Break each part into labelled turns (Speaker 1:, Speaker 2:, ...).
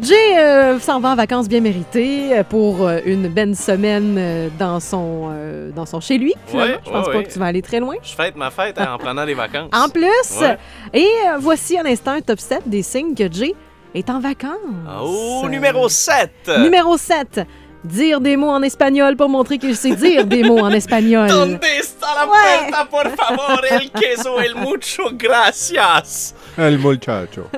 Speaker 1: Jay euh, s'en va en vacances bien méritées euh, pour euh, une belle semaine euh, dans son, euh, dans son chez lui. finalement.
Speaker 2: Ouais,
Speaker 1: Je pense
Speaker 2: ouais,
Speaker 1: pas
Speaker 2: ouais.
Speaker 1: que tu vas aller très loin.
Speaker 2: Je fête ma fête hein, en prenant des vacances.
Speaker 1: En plus,
Speaker 2: Ouais.
Speaker 1: et euh, voici à l'instant un top 7 des signes que Jay est en vacances.
Speaker 2: Oh,
Speaker 1: Euh,
Speaker 2: numéro 7!
Speaker 1: Numéro 7. Dire des mots en espagnol pour montrer qu'il sait dire des mots en espagnol.
Speaker 2: ¿Dónde está la
Speaker 1: Ouais.
Speaker 2: puerta, por favor? El queso, el mucho, gracias!
Speaker 3: El muchacho.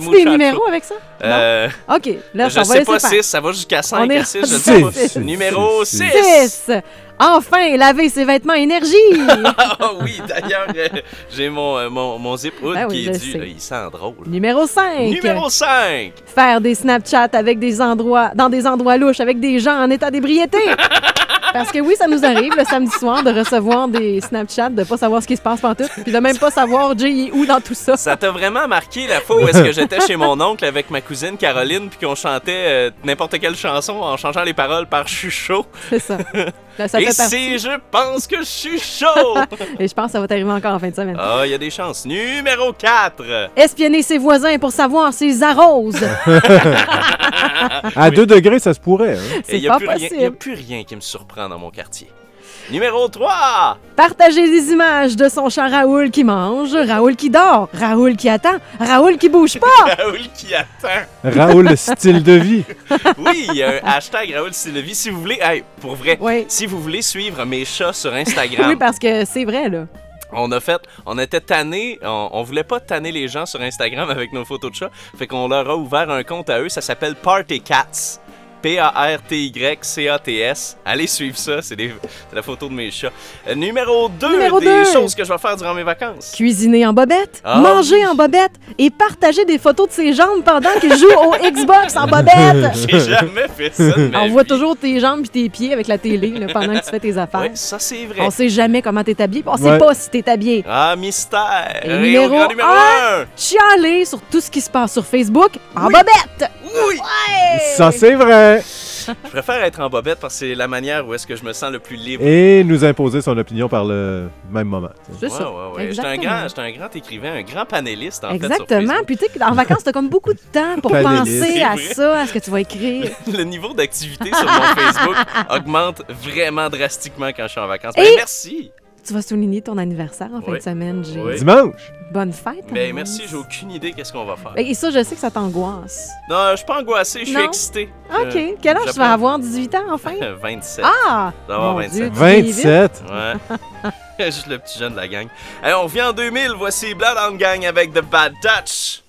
Speaker 1: As-tu des
Speaker 2: muchacho.
Speaker 1: numéros avec ça?
Speaker 2: Euh,
Speaker 1: OK, là,
Speaker 2: je
Speaker 1: on va
Speaker 2: sais
Speaker 1: laisser
Speaker 2: pas
Speaker 1: faire.
Speaker 2: 6, ça va jusqu'à 5
Speaker 1: On est
Speaker 2: à 6, je ne
Speaker 1: rendu
Speaker 2: sais pas.
Speaker 1: à six.
Speaker 2: Numéro
Speaker 3: Six,
Speaker 2: 6!
Speaker 3: six,
Speaker 1: Six. Enfin, laver ses vêtements énergie.
Speaker 2: Ah oui, d'ailleurs, euh, j'ai mon, euh, mon, mon zip hood
Speaker 1: Ben oui,
Speaker 2: qui
Speaker 1: je
Speaker 2: est
Speaker 1: le
Speaker 2: dû.
Speaker 1: sais.
Speaker 2: Euh, Il sent drôle.
Speaker 1: Numéro 5.
Speaker 2: Numéro 5!
Speaker 1: Faire des Snapchats avec des endroits, dans des endroits louches, avec des gens en état d'ébriété. Parce que oui, ça nous arrive le samedi soir de recevoir des Snapchats, de pas savoir ce qui se passe pantoute, puis de même pas savoir Jay est où dans tout ça.
Speaker 2: Ça t'a vraiment marqué la fois où est-ce que j'étais chez mon oncle avec ma cousine Caroline puis qu'on chantait euh, n'importe quelle chanson en changeant les paroles par « je suis chaud
Speaker 1: C'est ça. Là, ça
Speaker 2: Et
Speaker 1: fait partie.
Speaker 2: si je pense que je suis chaud
Speaker 1: Et je pense que ça va t'arriver encore en fin de semaine.
Speaker 2: Ah, il y a des chances. Numéro 4.
Speaker 1: Espionner ses voisins pour savoir s'ils arrosent.
Speaker 3: À 2 degrés, ça se pourrait. hein.
Speaker 2: Il
Speaker 1: C'est
Speaker 2: n'y a,
Speaker 1: pas
Speaker 2: plus rien- y a
Speaker 1: possible.
Speaker 2: plus rien qui me surprend dans mon quartier. Numéro
Speaker 1: Ah!
Speaker 2: 3.
Speaker 1: Partager des images de son chat Raoul qui mange, Raoul qui dort, Raoul qui attend, Raoul qui bouge pas.
Speaker 2: Raoul qui attend.
Speaker 3: Raoul, le style de vie.
Speaker 2: Oui, il y a un hashtag Raoul Sylvie. Si vous voulez, hey, pour vrai,
Speaker 1: Oui.
Speaker 2: si vous voulez suivre mes chats sur Instagram,
Speaker 1: Oui, ben, parce que c'est vrai, là.
Speaker 2: on a fait, on était tannés, on, on voulait pas tanner les gens sur Instagram avec nos photos de chats, fait qu'on leur a ouvert un compte à eux, ça s'appelle Party Cats. P-A-R-T-Y-C-A-T-S. Allez suivre ça, c'est des- c'est la photo de mes chats. Euh, numéro 2
Speaker 1: Numéro
Speaker 2: des
Speaker 1: deux.
Speaker 2: choses que je vais faire durant mes vacances.
Speaker 1: Cuisiner en bobette,
Speaker 2: Ah
Speaker 1: manger
Speaker 2: oui.
Speaker 1: en bobette et partager des photos de ses jambes pendant qu'il joue au Xbox en bobette.
Speaker 2: J'ai jamais fait ça. de ma
Speaker 1: On voit
Speaker 2: vie.
Speaker 1: toujours tes jambes puis tes pieds avec la télé là, pendant que tu fais tes affaires.
Speaker 2: Ouais, ça c'est vrai.
Speaker 1: On sait jamais comment t'es habillé, puis on sait
Speaker 3: Ouais.
Speaker 1: pas si t'es habillé.
Speaker 2: Ah, mystère.
Speaker 1: Et
Speaker 2: au
Speaker 1: numéro
Speaker 2: grand numéro
Speaker 1: un.
Speaker 2: 1.
Speaker 1: Chialer sur tout ce qui se passe sur Facebook en bobette.
Speaker 2: Oui.
Speaker 3: Ça, c'est vrai.
Speaker 2: Je préfère être en bobette parce que c'est la manière où est-ce que je me sens le plus libre.
Speaker 3: Et nous imposer son opinion par le même moment.
Speaker 1: C'est
Speaker 2: Ouais,
Speaker 1: ça.
Speaker 2: ouais, ouais. J'étais un,
Speaker 1: Exactement.
Speaker 2: grand- j'étais un grand écrivain, un grand panéliste, en
Speaker 1: Exactement.
Speaker 2: fait.
Speaker 1: Puis tu sais, en vacances, t'as comme beaucoup de temps pour
Speaker 3: Panéliste.
Speaker 1: penser
Speaker 2: C'est
Speaker 1: à
Speaker 2: vrai.
Speaker 1: ça, à ce que tu vas écrire.
Speaker 2: Sur Facebook. Le niveau d'activité sur mon Facebook augmente vraiment drastiquement quand je suis en vacances. Ben,
Speaker 1: Et-
Speaker 2: merci.
Speaker 1: tu vas souligner ton anniversaire en fin
Speaker 2: Oui.
Speaker 1: de semaine, Jay.
Speaker 2: Oui.
Speaker 3: Dimanche.
Speaker 1: Bonne fête.
Speaker 2: Ben,
Speaker 1: Anaïs.
Speaker 2: merci, j'ai aucune idée qu'est-ce qu'on va faire.
Speaker 1: Ben, Et ça, je sais que ça t'angoisse.
Speaker 2: Non, je suis pas angoissé, je suis
Speaker 1: Non?
Speaker 2: excité.
Speaker 1: OK.
Speaker 2: Euh,
Speaker 1: Quel âge tu
Speaker 2: j'apprends-
Speaker 1: vas avoir? 18 ans, enfin?
Speaker 2: 27.
Speaker 1: Ah!
Speaker 2: Je vais avoir
Speaker 1: Mon
Speaker 2: 27.
Speaker 1: Dieu, tu vieillis vite.
Speaker 3: 27.
Speaker 2: Ouais. Juste le petit jeune de la gang. Allez, on revient en 2000, voici Blood on Gang avec The Bad Touch.